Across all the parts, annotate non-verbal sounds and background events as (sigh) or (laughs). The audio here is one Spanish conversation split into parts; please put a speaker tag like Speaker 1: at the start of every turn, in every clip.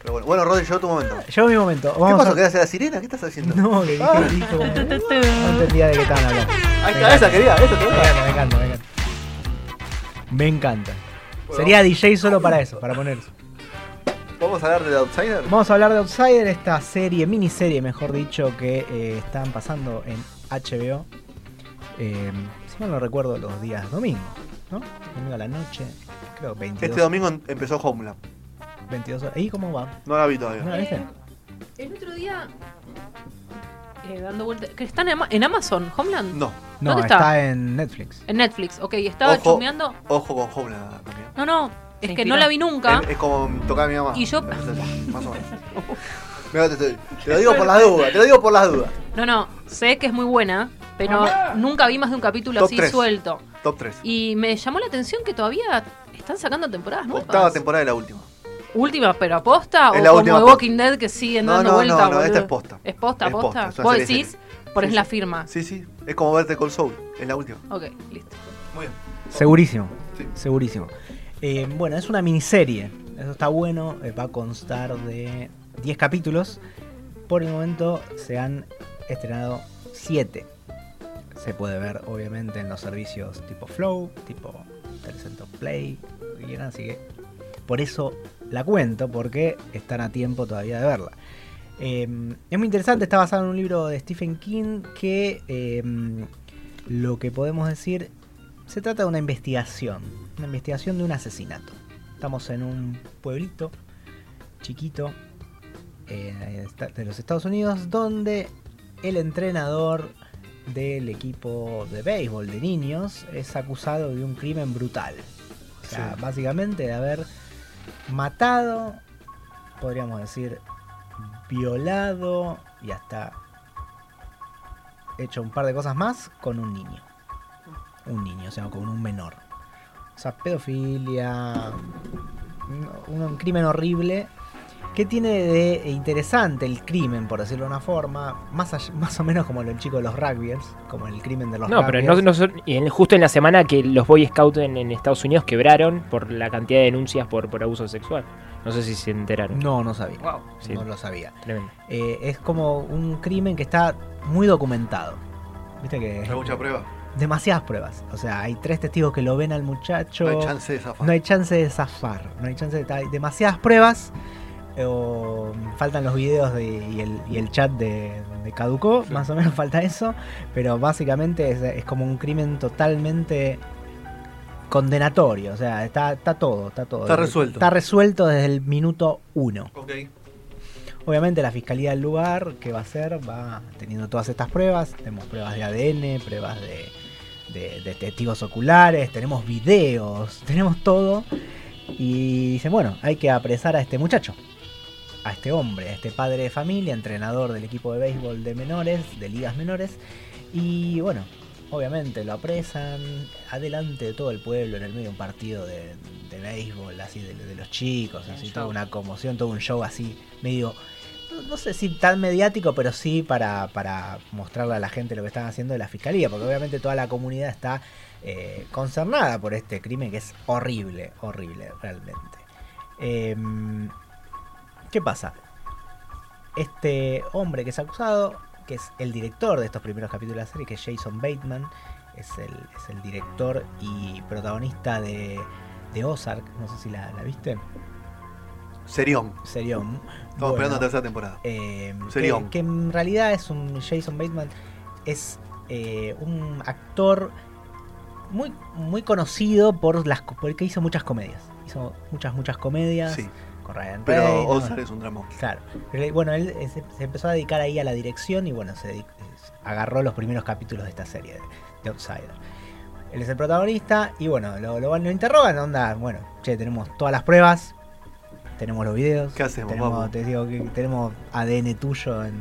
Speaker 1: Pero bueno, bueno, Rodri, llegó tu momento. ¿Qué
Speaker 2: Llegó mi momento. Vamos
Speaker 1: pasó?
Speaker 2: a-
Speaker 1: ¿Querías hacer la sirena? ¿Qué estás haciendo?
Speaker 2: (laughs) No, que dije,
Speaker 1: Ah.
Speaker 2: dije como- No entendía de qué estaban hablando.
Speaker 1: Ahí está,
Speaker 2: Me
Speaker 1: esa
Speaker 2: encanta.
Speaker 1: quería, esa te
Speaker 2: Me
Speaker 1: gusta.
Speaker 2: encanta, me encanta, me encanta. Me encanta. Sería DJ solo para eso, para poner eso.
Speaker 1: ¿Vamos a hablar de Outsider?
Speaker 2: Vamos a hablar de Outsider, esta serie, miniserie mejor dicho, que eh, están pasando en HBO. Eh, si mal no recuerdo, los días domingo, ¿no? Domingo a la noche, creo 22,
Speaker 1: Este domingo em- empezó Homeland.
Speaker 2: 22 horas. ¿Y cómo va?
Speaker 1: No la vi todavía.
Speaker 2: ¿No la viste?
Speaker 3: Eh, el otro día. eh, dando vueltas. Que están en, Ama- en Amazon, Homeland.
Speaker 1: No.
Speaker 2: No,
Speaker 3: ¿Dónde
Speaker 2: está?
Speaker 3: está?
Speaker 2: en Netflix.
Speaker 3: En Netflix, ok, estaba
Speaker 1: Ojo.
Speaker 3: chumeando.
Speaker 1: Ojo con Homeland también.
Speaker 3: No, no, es
Speaker 4: Se
Speaker 3: que
Speaker 4: inspiró.
Speaker 3: no la vi nunca.
Speaker 1: Es, es como tocar a mi mamá.
Speaker 3: Y yo-
Speaker 1: Es así, Más o menos.
Speaker 3: (laughs)
Speaker 1: Mira, te, estoy- te lo digo por las dudas, te lo digo por las dudas.
Speaker 3: No, no, sé que es muy buena, pero nunca vi más de un capítulo
Speaker 1: Ah. Top
Speaker 3: así
Speaker 1: tres.
Speaker 3: suelto.
Speaker 1: Top 3.
Speaker 3: Y me llamó la atención que todavía están sacando temporadas nuevas.
Speaker 1: Octava temporada y la última.
Speaker 3: Última, pero aposta o
Speaker 1: Es la
Speaker 3: como
Speaker 1: última
Speaker 3: de
Speaker 1: posta.
Speaker 3: Walking Dead que siguen
Speaker 1: No,
Speaker 3: dando
Speaker 1: no,
Speaker 3: vueltas.
Speaker 1: no, no, esta es posta.
Speaker 3: ¿Es posta,
Speaker 1: Es posta,
Speaker 3: posta?
Speaker 1: es una
Speaker 3: Vos
Speaker 1: serie
Speaker 3: decís, por
Speaker 1: Sí,
Speaker 3: es
Speaker 1: sí.
Speaker 3: la firma.
Speaker 1: Sí, sí. Es como verte Cold Soul. Es la última.
Speaker 3: Ok, listo.
Speaker 1: Muy bien.
Speaker 2: Segurísimo,
Speaker 1: Sí.
Speaker 2: segurísimo. Eh, bueno, es una miniserie. Eso está bueno. eh, va a constar de 10 capítulos. Por el momento se han estrenado 7. Se puede ver, obviamente, en los servicios tipo Flow, tipo Telecentro Play, lo que quieran. Así que por eso la cuento, porque están a tiempo todavía de verla. Eh, es muy interesante, está basado en un libro de Stephen King que eh, lo que podemos decir se trata de una investigación, una investigación de un asesinato. Estamos en un pueblito chiquito eh, esta- de los Estados Unidos donde el entrenador del equipo de béisbol de niños es acusado de un crimen brutal. O sea,
Speaker 1: Sí.
Speaker 2: básicamente de haber matado, podríamos decir, violado y hasta hecho un par de cosas más con un niño. Un niño, o sea, con un menor. O sea, pedofilia, un- un, un crimen horrible. ¿Qué tiene de interesante el crimen, por decirlo de una forma? Más, allá- más o menos como los chicos de los rugbyers, como el crimen de los
Speaker 4: No, pero no,
Speaker 2: rugbyers.
Speaker 4: no son- y en- justo en la semana que los Boy Scouts en, en Estados Unidos quebraron por la cantidad de denuncias por, por abuso sexual. No sé si se enteraron.
Speaker 2: No, no sabía.
Speaker 4: Wow. Sí,
Speaker 2: No lo sabía.
Speaker 4: tremendo.
Speaker 2: Eh, es como un crimen que está muy documentado. Viste que
Speaker 1: Hay mucha prueba.
Speaker 2: demasiadas pruebas. O sea, hay tres testigos que lo ven al muchacho.
Speaker 1: No hay chance de zafar.
Speaker 2: No hay chance de zafar. No hay chance de. Hay demasiadas pruebas. eh, o faltan los videos de- y, el, y el chat de, de Caducó. Más o menos falta eso. Pero básicamente es, es como un crimen totalmente condenatorio. O sea, está, está todo, está todo.
Speaker 1: Está resuelto.
Speaker 2: Está resuelto desde el minuto uno.
Speaker 1: Ok.
Speaker 2: Obviamente la fiscalía del lugar, ¿qué va a hacer? Va teniendo todas estas pruebas. Tenemos pruebas de ADN, pruebas de, de- de testigos oculares, tenemos videos, (laughs) tenemos todo. Y dicen, bueno, hay que apresar a este muchacho, a este hombre, a este padre de familia, entrenador del equipo de béisbol de menores, de ligas menores. Y bueno, obviamente lo apresan adelante de todo el pueblo, en el medio de un partido de, de béisbol, así de, de los chicos, así toda una conmoción, todo un show así, medio, no, no sé si tan mediático, pero sí para, para mostrarle a la gente lo que están haciendo de la fiscalía, porque obviamente toda la comunidad está eh, concernada por este crimen que es horrible, horrible realmente. Em, ¿Qué pasa? Este hombre que es acusado, que es el director de estos primeros capítulos de la serie, que es Jason Bateman, es el, es el director y protagonista de, de Ozark, no sé si la, la viste,
Speaker 1: Serión.
Speaker 2: Serión.
Speaker 1: Estamos
Speaker 2: Bueno,
Speaker 1: esperando la tercera temporada.
Speaker 2: eh,
Speaker 1: Serión.
Speaker 2: que, que en realidad es un Jason Bateman, es eh, un actor muy, muy conocido por las, co- porque hizo muchas comedias. Hizo muchas, muchas comedias
Speaker 1: Sí.
Speaker 2: con Ryan
Speaker 1: Pero
Speaker 2: Reynolds.
Speaker 1: Ozark es un drama.
Speaker 2: Claro. Pero, eh, Bueno, él eh, se, se empezó a dedicar ahí a la dirección y bueno, se dedic- eh, agarró los primeros capítulos de esta serie, de, de Outsider. Él es el protagonista y bueno, lo, lo, van- lo interrogan, onda, bueno, che, tenemos todas las pruebas, tenemos los videos,
Speaker 1: ¿Qué hacemos,
Speaker 2: tenemos,
Speaker 1: papu?
Speaker 2: te digo que tenemos ADN tuyo en,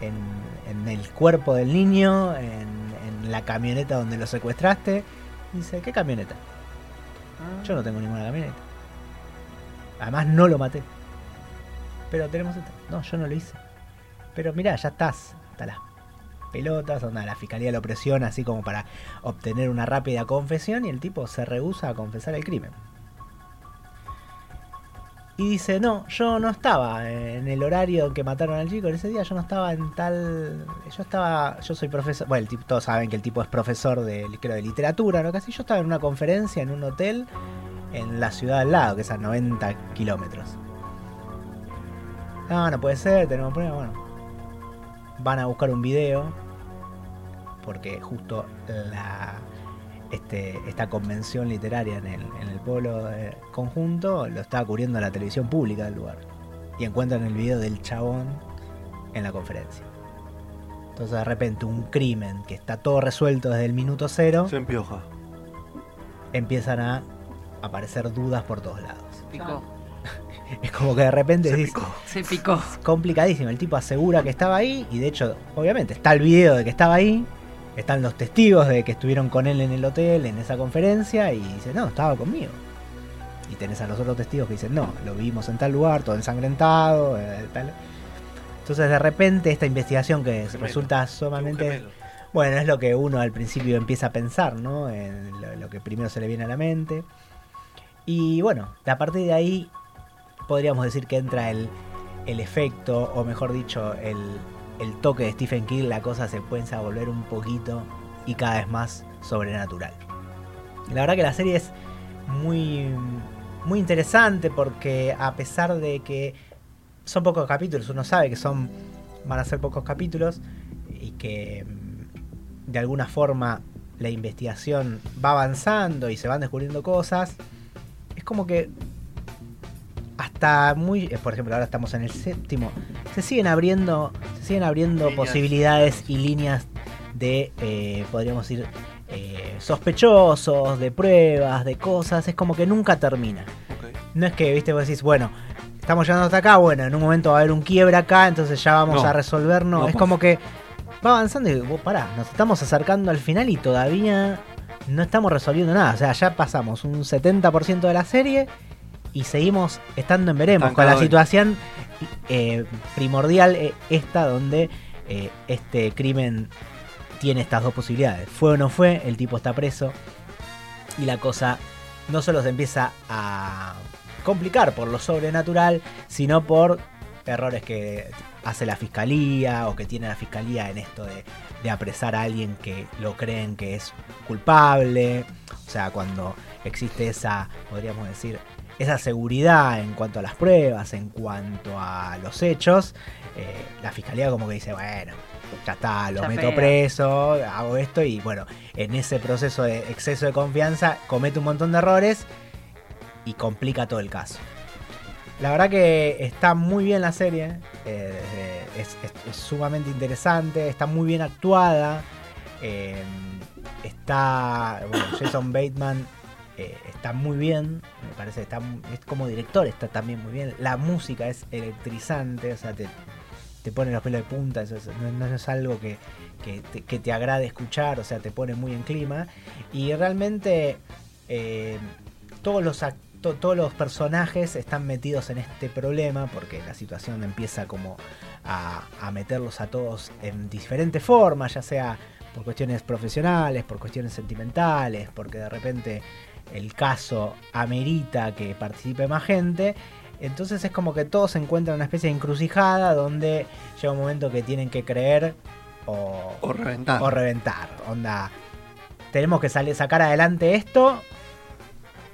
Speaker 2: en- en el cuerpo del niño, en, en la camioneta donde lo secuestraste. Y dice, ¿qué camioneta? Yo no tengo ninguna camioneta. Además no lo maté. Pero tenemos esta. No, yo no lo hice. Pero mirá, ya estás. Hasta las pelotas, onda, la fiscalía lo presiona así como para obtener una rápida confesión y el tipo se rehúsa a confesar el crimen. Y dice, no, yo no estaba en el horario que mataron al chico, en ese día yo no estaba en tal... Yo estaba, yo soy profesor, bueno, el tipo, todos saben que el tipo es profesor de, creo, de literatura, ¿no? Casi yo estaba en una conferencia en un hotel en la ciudad al lado, que es a 90 kilómetros. No, no puede ser, tenemos pruebas. Bueno, van a buscar un video porque justo la, este, esta convención literaria en el, en el pueblo eh, conjunto lo estaba cubriendo la televisión pública del lugar. Y encuentran el video del chabón en la conferencia. Entonces de repente un crimen que está todo resuelto desde el minuto cero,
Speaker 1: Se empioja.
Speaker 2: empiezan a aparecer dudas por todos lados.
Speaker 3: Picó.
Speaker 2: Es como que de repente
Speaker 1: Se
Speaker 2: dices,
Speaker 1: picó.
Speaker 3: Se picó.
Speaker 2: complicadísimo. El tipo asegura que estaba ahí y de hecho, obviamente, está el video de que estaba ahí, están los testigos de que estuvieron con él en el hotel, en esa conferencia, y dice, no, estaba conmigo. Y tenés a los otros testigos que dicen, no, lo vimos en tal lugar, todo ensangrentado, eh, tal. Entonces de repente esta investigación que
Speaker 1: Gemelo.
Speaker 2: resulta sumamente... Bueno, es lo que uno al principio empieza a pensar, ¿no? En lo, lo que primero se le viene a la mente. Y bueno, a partir de ahí podríamos decir que entra el, el efecto, o mejor dicho, el, el toque de Stephen King, la cosa se empieza a volver un poquito y cada vez más sobrenatural. La verdad que la serie es muy, muy interesante porque a pesar de que son pocos capítulos, uno sabe que son van a ser pocos capítulos y que mm, de alguna forma la investigación va avanzando y se van descubriendo cosas. Es como que hasta muy, eh, por ejemplo, ahora estamos en el séptimo. Se siguen abriendo, se siguen abriendo
Speaker 1: Líneas.
Speaker 2: posibilidades y líneas de, eh, podríamos decir, eh, sospechosos, de pruebas, de cosas. Es como que nunca termina.
Speaker 1: Ok.
Speaker 2: No es que, viste, vos decís, bueno, estamos llegando hasta acá, bueno, en un momento va a haber un quiebre acá, entonces ya vamos
Speaker 1: No.
Speaker 2: a resolver. No,
Speaker 1: No,
Speaker 2: es
Speaker 1: por
Speaker 2: como que va avanzando y vos pará, nos estamos acercando al final y todavía no estamos resolviendo nada. O sea, ya pasamos un 70% de la serie y seguimos estando en veremos con la
Speaker 1: Estancado ahí.
Speaker 2: situación eh, primordial eh, esta donde eh, este crimen tiene estas dos posibilidades. Fue o no fue, el tipo está preso y la cosa no solo se empieza a complicar por lo sobrenatural, sino por errores que hace la fiscalía o que tiene la fiscalía en esto de, de apresar a alguien que lo creen que es culpable. O sea, cuando existe esa, podríamos decir, esa seguridad en cuanto a las pruebas, en cuanto a los hechos, eh, la fiscalía como que dice, bueno, ya está, lo
Speaker 3: Ya
Speaker 2: meto
Speaker 3: fue.
Speaker 2: preso, hago esto y bueno, en ese proceso de exceso de confianza comete un montón de errores y complica todo el caso. La verdad que está muy bien la serie, eh, desde- es, es- es sumamente interesante, está muy bien actuada, eh, está bueno, Jason Bateman eh, está muy bien, me parece, está, mu- es como director está también muy bien, la música es electrizante, o sea, te, te pone los pelos de punta, eso es- no, no es algo que, que te, que te agrade escuchar, o sea, te pone muy en clima, y realmente eh, todos los ac- to- todos los personajes están metidos en este problema porque la situación empieza como a, a meterlos a todos en diferentes formas, ya sea por cuestiones profesionales, por cuestiones sentimentales, porque de repente el caso amerita que participe más gente. Entonces es como que todos se encuentran en una especie de encrucijada donde llega un momento que tienen que creer o,
Speaker 1: O reventar.
Speaker 2: o reventar. Onda, tenemos que salir, sacar adelante esto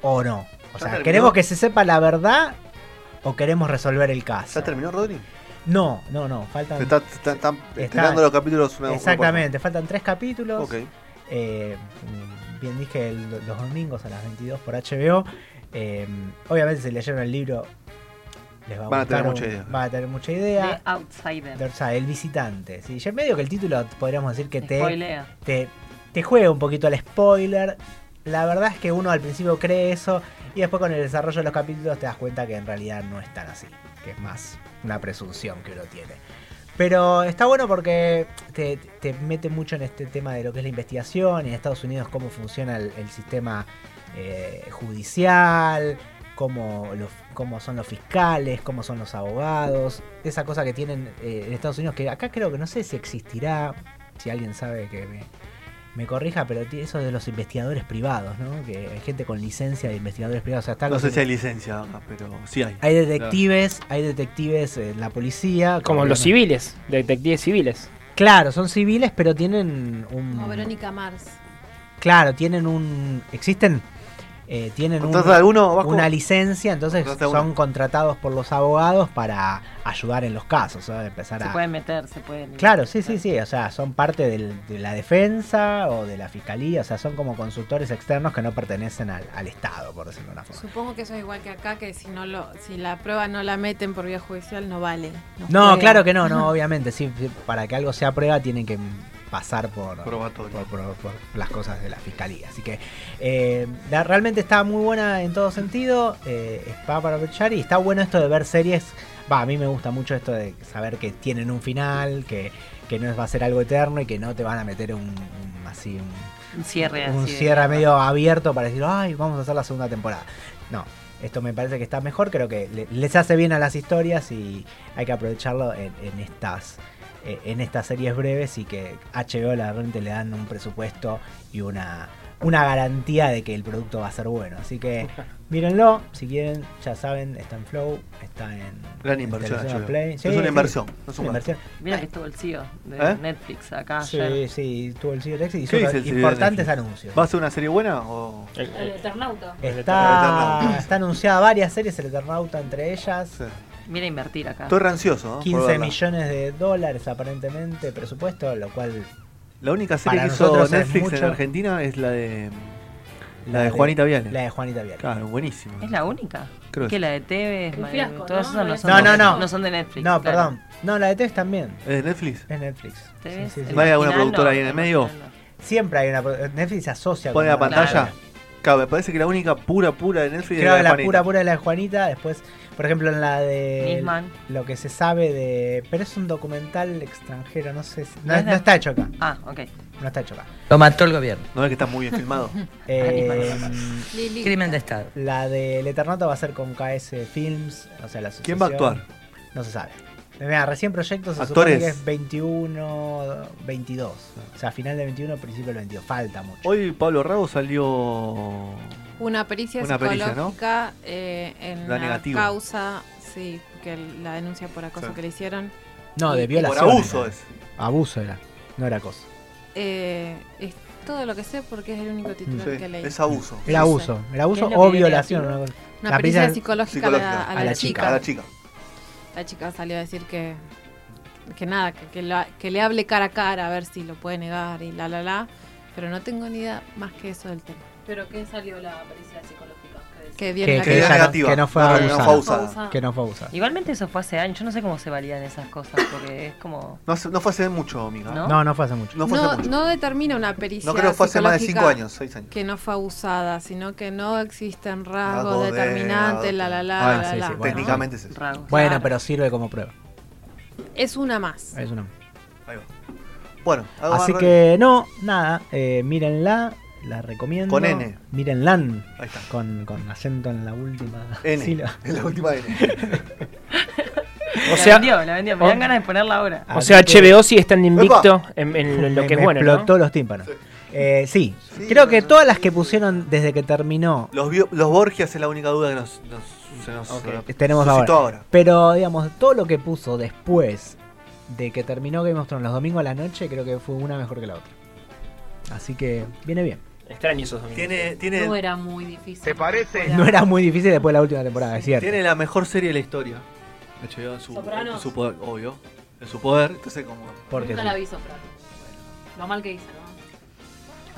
Speaker 2: o no. O
Speaker 1: ¿Ya
Speaker 2: sea,
Speaker 1: terminó?
Speaker 2: ¿queremos que se sepa la verdad o queremos resolver el caso?
Speaker 1: ¿Ya terminó, Rodri?
Speaker 2: No, no, no, faltan...
Speaker 1: Se está, se está- están estirando los capítulos una- uno por
Speaker 2: Exactamente, faltan tres capítulos.
Speaker 1: uno. Ok.
Speaker 2: Eh, mm, bien dije Em, el- los domingos a las 22 por HBO. Eh, obviamente se leyeron el libro les va a
Speaker 1: Van a
Speaker 2: gustar
Speaker 1: tener mucha
Speaker 2: un-
Speaker 1: idea.
Speaker 2: Van a tener mucha
Speaker 3: The
Speaker 2: idea.
Speaker 3: Outsider.
Speaker 2: O sea, el visitante. ¿sí? Ya medio que el título podríamos decir que te,
Speaker 3: Spoilea.
Speaker 2: te, te juega un poquito al spoiler. La verdad es que uno al principio cree eso y después con el desarrollo de los capítulos te das cuenta que en realidad no es tan así. Que es más una presunción que uno tiene. Pero está bueno porque te, te mete mucho en este tema de lo que es la investigación y en Estados Unidos cómo funciona el, el sistema eh, judicial, cómo, los- cómo son los fiscales, cómo son los abogados, esa cosa que tienen eh, en Estados Unidos que acá creo que no sé si existirá, si alguien sabe que me, me corrija, pero ti- eso de los investigadores privados, ¿no? Que hay gente con licencia de investigadores privados, o sea, está
Speaker 1: No sé
Speaker 2: como-
Speaker 1: si hay licencia acá, pero sí hay.
Speaker 2: hay detectives, hay detectives en la policía.
Speaker 4: Como los
Speaker 2: civiles
Speaker 4: civiles, detectives civiles.
Speaker 2: Claro, son civiles, pero tienen un.
Speaker 5: Como Verónica Mars.
Speaker 2: Claro, tienen un. Existen. eh, tienen un-
Speaker 1: ¿Contratas alguno, Vasco?
Speaker 2: una licencia, entonces
Speaker 1: ¿Contrataste a
Speaker 2: son
Speaker 1: uno?
Speaker 2: contratados por los abogados para ayudar en los casos, ¿sabes? empezar
Speaker 3: Se
Speaker 2: a.
Speaker 3: pueden meter, se pueden.
Speaker 2: Claro, sí, sí, sí, o sea, son parte del- de la defensa o de la fiscalía, o sea, son como consultores externos que no pertenecen al, al Estado, por decirlo de una forma.
Speaker 5: Supongo que eso es igual que acá, que si no lo, si la prueba no la meten por vía judicial no vale.
Speaker 2: No,
Speaker 5: juega.
Speaker 2: claro que no,
Speaker 3: (laughs)
Speaker 2: no, obviamente, sí, sí, para que algo sea prueba tienen que pasar por,
Speaker 1: Probatorio.
Speaker 2: por, por- por las cosas de la fiscalía. Así que eh, la- realmente está muy buena en todo sentido, eh, está para aprovechar y está bueno esto de ver series. Va, a mí me gusta mucho esto de saber que tienen un final, que, que no va a ser algo eterno y que no te van a meter un, un- así un,
Speaker 3: Un cierre así.
Speaker 2: un
Speaker 3: de
Speaker 2: cierre
Speaker 3: mierda.
Speaker 2: medio abierto para decir, ay, vamos a hacer la segunda temporada. No, esto me parece que está mejor, creo que le- les hace bien a las historias y hay que aprovecharlo en, en estas eh, en estas series breves y que HBO la realmente le dan un presupuesto y una una garantía de que el producto va a ser bueno. Así que mírenlo, si quieren, ya saben, está en Flow, está en
Speaker 1: Gran
Speaker 2: en
Speaker 1: inversión.
Speaker 2: Televisión
Speaker 1: HBO.
Speaker 2: Play.
Speaker 1: Es
Speaker 2: Sí,
Speaker 1: una
Speaker 2: sí,
Speaker 1: inversión. No es
Speaker 2: es
Speaker 1: un
Speaker 2: una inversión.
Speaker 3: Mira que estuvo el CEO de
Speaker 1: ¿Eh?
Speaker 3: Netflix acá
Speaker 2: Sí,
Speaker 3: ayer.
Speaker 2: sí, tuvo el Cyber Exit y
Speaker 1: ¿Qué
Speaker 2: hizo
Speaker 1: dice el Cyber
Speaker 2: importantes
Speaker 1: Exit?
Speaker 2: anuncios.
Speaker 1: ¿Va a ser una serie buena o.?
Speaker 4: El-
Speaker 3: El
Speaker 4: el-
Speaker 3: Eternauta.
Speaker 4: El
Speaker 2: Está,
Speaker 1: Eternauta.
Speaker 2: está anunciada varias series, el Eternauta entre ellas.
Speaker 1: Sí.
Speaker 3: Mira invertir acá.
Speaker 1: Estoy ansioso, ¿no? por
Speaker 2: 15
Speaker 1: verla.
Speaker 2: Ah. millones de dólares aparentemente presupuesto, lo cual...
Speaker 1: La única serie
Speaker 2: Para
Speaker 1: que hizo
Speaker 2: nosotros es
Speaker 1: Netflix en
Speaker 2: mucho.
Speaker 1: Argentina es la de. La de Juanita Viale.
Speaker 2: La de Juanita Viale.
Speaker 1: Claro, buenísima.
Speaker 3: ¿Es la única?
Speaker 1: Creo
Speaker 3: que
Speaker 1: que
Speaker 3: la de TV,
Speaker 5: Un
Speaker 3: la de-
Speaker 5: fiasco,
Speaker 3: todas
Speaker 5: ¿no?
Speaker 3: esas no son,
Speaker 2: No,
Speaker 3: de-
Speaker 2: no, no.
Speaker 3: son de Netflix.
Speaker 2: No,
Speaker 3: claro.
Speaker 2: perdón. No, la de Tess también.
Speaker 1: ¿Es de Netflix?
Speaker 2: Es Netflix. Sí,
Speaker 3: ¿Te ves?
Speaker 2: sí, sí.
Speaker 3: El
Speaker 1: ¿No hay alguna
Speaker 3: original,
Speaker 1: productora ahí en el medio?
Speaker 3: original no.
Speaker 2: Siempre hay una... pro- Netflix se asocia
Speaker 1: ¿Pone la
Speaker 2: una-
Speaker 1: pantalla? Claro, me parece que la única pura, pura de Netflix
Speaker 2: Creo
Speaker 1: es
Speaker 2: que
Speaker 1: la,
Speaker 2: la
Speaker 1: de
Speaker 2: pura
Speaker 1: Juanita.
Speaker 2: pura de la de Juanita, después, por ejemplo, en la de...
Speaker 3: Nisman.
Speaker 2: Lo que se sabe de... Pero es un documental extranjero, no sé... si- No,
Speaker 3: No es de-
Speaker 2: no está hecho acá,
Speaker 3: Ah, ok.
Speaker 2: no está hecho acá.
Speaker 6: Lo mató el gobierno.
Speaker 1: No es que está muy bien filmado.
Speaker 3: Ah,
Speaker 2: Eh,
Speaker 5: Lili.
Speaker 6: Crimen de Estado.
Speaker 2: La del Eternauta va a ser con KS Films, o sea, la
Speaker 1: ¿Quién va a
Speaker 2: asociación.
Speaker 1: actuar?
Speaker 2: No se sabe. Mira, recién proyectos se
Speaker 1: Actores.
Speaker 2: supone que es 21, 22. O sea, final de 21, principio del 22. Falta mucho.
Speaker 1: Hoy Pablo Rago salió.
Speaker 5: Una pericia
Speaker 1: Una pericia, ¿no?
Speaker 5: psicológica eh, en
Speaker 1: Da
Speaker 5: la
Speaker 1: negativo.
Speaker 5: causa, sí, que el- la denuncia por acoso
Speaker 1: Sí.
Speaker 5: que le hicieron.
Speaker 2: no, de
Speaker 1: Por
Speaker 2: violación.
Speaker 1: abuso
Speaker 2: era.
Speaker 1: es.
Speaker 2: Abuso era. No era cosa.
Speaker 5: Eh, es todo lo que sé porque es el único titular
Speaker 1: Sí,
Speaker 5: que leí.
Speaker 1: es abuso.
Speaker 2: Era
Speaker 5: Sí,
Speaker 2: abuso. Era abuso
Speaker 3: ¿Qué es lo
Speaker 2: o
Speaker 3: que
Speaker 2: violación.
Speaker 3: era?
Speaker 2: una cosa.
Speaker 5: Una
Speaker 2: La
Speaker 5: pericia
Speaker 2: pericia-
Speaker 5: psicológica, a la-
Speaker 1: psicológica.
Speaker 5: a, la,
Speaker 2: A la
Speaker 5: chica.
Speaker 1: A la chica.
Speaker 5: La chica salió a decir que, que nada, que, que la- que le hable cara a cara a ver si lo puede negar y la la la. Pero no tengo ni idea más que eso del tema.
Speaker 3: ¿Pero qué salió la pericia psicológica?
Speaker 5: Que
Speaker 2: Que,
Speaker 5: viene la
Speaker 2: que
Speaker 5: cara.
Speaker 1: era
Speaker 2: ella no-
Speaker 1: negativa.
Speaker 2: que no fue
Speaker 1: No, no, no
Speaker 2: abusada.
Speaker 1: fue abusada.
Speaker 2: Que no fue abusada.
Speaker 3: Igualmente eso fue hace años. Yo no sé cómo se validan esas cosas porque es como...
Speaker 1: No, hace- no fue hace mucho, amiga.
Speaker 3: ¿No?
Speaker 1: No,
Speaker 2: No, no fue hace mucho.
Speaker 1: fue hace
Speaker 5: No,
Speaker 1: mucho. No,
Speaker 5: no determina una pericia
Speaker 1: creo que fue hace más de 5
Speaker 5: psicológica
Speaker 1: años, 6 años.
Speaker 5: Que no fue abusada, sino que no existen rasgos
Speaker 1: Rasgos de-
Speaker 5: determinantes, la la la.
Speaker 1: Ah,
Speaker 5: la,
Speaker 2: sí,
Speaker 5: la,
Speaker 2: sí, bueno.
Speaker 1: Técnicamente es eso.
Speaker 3: Rago.
Speaker 2: Bueno,
Speaker 5: Claro.
Speaker 2: pero sirve como prueba.
Speaker 5: Es una más.
Speaker 2: Es una.
Speaker 1: Ahí va. Bueno, algo
Speaker 2: Así
Speaker 1: más,
Speaker 2: que no, nada, eh, mírenla, la recomiendo.
Speaker 1: Con N.
Speaker 2: Mírenla,
Speaker 1: Rodri. Ahí está.
Speaker 2: con, con acento en la última (laughs)
Speaker 1: N.
Speaker 2: sílaba.
Speaker 1: (laughs) Es la última N.
Speaker 4: O
Speaker 3: O
Speaker 4: sea,
Speaker 3: sea, la vendió, la vendió. Me
Speaker 4: o-
Speaker 3: dan ganas de ponerla ahora.
Speaker 4: o sea,
Speaker 2: Ah, Así que-
Speaker 4: HBO sí está en invicto
Speaker 2: (laughs)
Speaker 4: en, en lo
Speaker 2: Me-
Speaker 4: que es
Speaker 2: me
Speaker 4: bueno, ¿no?
Speaker 2: explotó los tímpanos. Eh, sí,
Speaker 1: Sí,
Speaker 2: (laughs) creo que
Speaker 1: no,
Speaker 2: todas
Speaker 1: sí.
Speaker 2: las que pusieron desde que terminó,
Speaker 1: Los, bio- los Borgias es la única duda que nos, nos, se nos
Speaker 4: Ok.
Speaker 1: eh,
Speaker 2: tenemos
Speaker 1: suscitó
Speaker 2: ahora.
Speaker 1: ahora.
Speaker 2: Pero digamos, todo lo que puso después de que terminó Game of Thrones los domingos a la noche, creo que fue una mejor que la otra. Así que viene bien.
Speaker 4: Extraño esos domingos.
Speaker 1: Tiene,
Speaker 3: No
Speaker 1: tiene,
Speaker 3: era muy difícil.
Speaker 7: ¿Te parece?
Speaker 2: No era muy difícil después de la última temporada, es cierto.
Speaker 1: tiene la mejor serie de la historia. HBO en su,
Speaker 3: Sopranos.
Speaker 1: en su poder, obvio. En su poder. Entonces, como.
Speaker 2: Porque
Speaker 3: Nunca
Speaker 2: sí.
Speaker 3: la vi Soprano. Lo mal que hice, ¿no?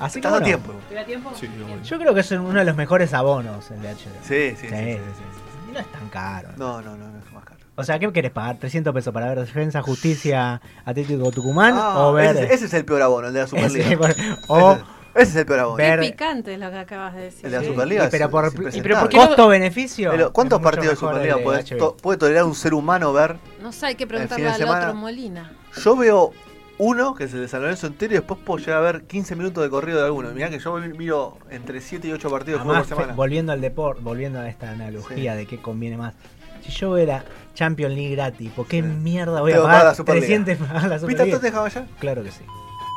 Speaker 2: Así que
Speaker 1: Estás a
Speaker 2: bueno,
Speaker 1: tiempo.
Speaker 3: ¿Te da tiempo?
Speaker 1: Sí, obvio.
Speaker 2: Yo creo que es uno de los mejores abonos el de HBO.
Speaker 1: Sí, sí, sí.
Speaker 2: Sí, sí,
Speaker 1: sí.
Speaker 2: sí, sí. Y no es tan caro.
Speaker 1: No, no, no, no es más caro.
Speaker 2: O sea, ¿qué querés pagar? ¿300 pesos para ver Defensa, Justicia, Atlético Tucumán?
Speaker 1: Ah,
Speaker 2: o ver.
Speaker 1: ese, es- ese es el peor abono, el de la Superliga.
Speaker 2: ese-
Speaker 1: Ese,
Speaker 2: o
Speaker 1: ese es el peor abono.
Speaker 2: Ver-
Speaker 5: Qué picante es lo que acabas de decir.
Speaker 1: el de la
Speaker 5: Sí.
Speaker 1: Superliga.
Speaker 2: y pero por-
Speaker 1: es
Speaker 4: y pero ¿por qué
Speaker 1: impresentable.
Speaker 2: costo-beneficio.
Speaker 1: Pero, ¿Cuántos
Speaker 2: es mucho
Speaker 1: partidos de
Speaker 2: mejor el
Speaker 1: Superliga puede,
Speaker 2: HBO.
Speaker 1: to- puede tolerar un ser humano ver?
Speaker 5: No sé, hay que
Speaker 1: de
Speaker 5: preguntarle al
Speaker 1: semana-
Speaker 5: otro Molina.
Speaker 1: Yo veo uno, que es el de San Lorenzo entero, y después puedo llegar a ver 15 minutos de corrido de alguno. Mirá que yo mi- miro entre 7 y 8 partidos de fútbol por
Speaker 2: Además, fe-
Speaker 1: semana.
Speaker 2: volviendo al deporte, volviendo a esta analogía de qué conviene más. Si yo era Champions League gratis, ¿por qué
Speaker 1: Sí.
Speaker 2: mierda voy a
Speaker 1: Tengo que
Speaker 2: pagar
Speaker 1: pagar la Superliga.
Speaker 2: 300 para la
Speaker 1: ¿Viste
Speaker 2: Superliga?
Speaker 1: entonces allá?
Speaker 2: Claro que sí.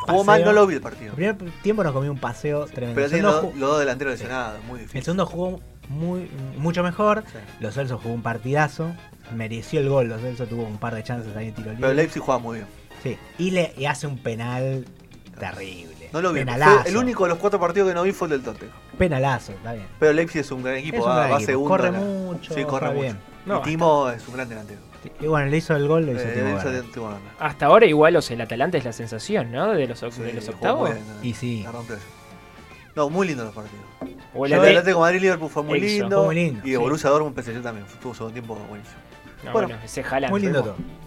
Speaker 1: Jugó mal, no
Speaker 2: Paseo.
Speaker 1: lo vi el partido.
Speaker 2: El primer tiempo nos comí un paseo tremendo.
Speaker 1: Pero
Speaker 2: El
Speaker 1: tiene
Speaker 2: segundo
Speaker 1: los
Speaker 2: ju-
Speaker 1: los dos delanteros lesionados, muy difícil.
Speaker 2: el segundo jugó muy, mucho mejor.
Speaker 1: Sí.
Speaker 2: Los Celso jugó un partidazo. Mereció el gol. Los Celso tuvo un par de chances ahí en tiro libre.
Speaker 1: Pero Leipzig jugaba muy bien.
Speaker 2: Sí. Y, le, y hace un penal terrible.
Speaker 1: No lo vi.
Speaker 2: Penalazo.
Speaker 1: Fue el único de los cuatro partidos que no vi fue el del Tottenham.
Speaker 2: Penalazo, está bien.
Speaker 1: Pero Leipzig es un gran equipo,
Speaker 2: Es un
Speaker 1: va,
Speaker 2: gran
Speaker 1: va
Speaker 2: equipo.
Speaker 1: segundo.
Speaker 2: Corre
Speaker 1: en la-
Speaker 2: mucho,
Speaker 1: Sí, corre
Speaker 2: juega
Speaker 1: mucho.
Speaker 2: bien.
Speaker 4: No,
Speaker 1: y Timo es un gran delantero.
Speaker 2: Y bueno, le hizo el gol, lo hizo
Speaker 1: Eh,
Speaker 2: Timo
Speaker 1: Leipzig
Speaker 2: Werner.
Speaker 1: tiene- Timo Werner.
Speaker 4: Hasta ahora igual, o sea, el Atalanta es la sensación, ¿no? De los, oc-
Speaker 1: Sí,
Speaker 4: de los
Speaker 1: jugó
Speaker 4: octavos.
Speaker 1: muy bien, eh,
Speaker 2: Y sí.
Speaker 1: la rompió. No, muy lindo los partidos.
Speaker 4: O el
Speaker 1: El
Speaker 2: Yo
Speaker 4: Ate-
Speaker 2: de-
Speaker 1: Atlético de Madrid Liverpool fue muy
Speaker 4: Eso.
Speaker 1: lindo.
Speaker 2: Fue muy lindo,
Speaker 1: Y de
Speaker 2: sí.
Speaker 1: Borussia Dortmund PSG también. Tuvo segundo tiempo buenísimo.
Speaker 4: No,
Speaker 1: bueno.
Speaker 4: bueno, se jalan.
Speaker 2: Muy lindo
Speaker 4: vemos.
Speaker 2: todo.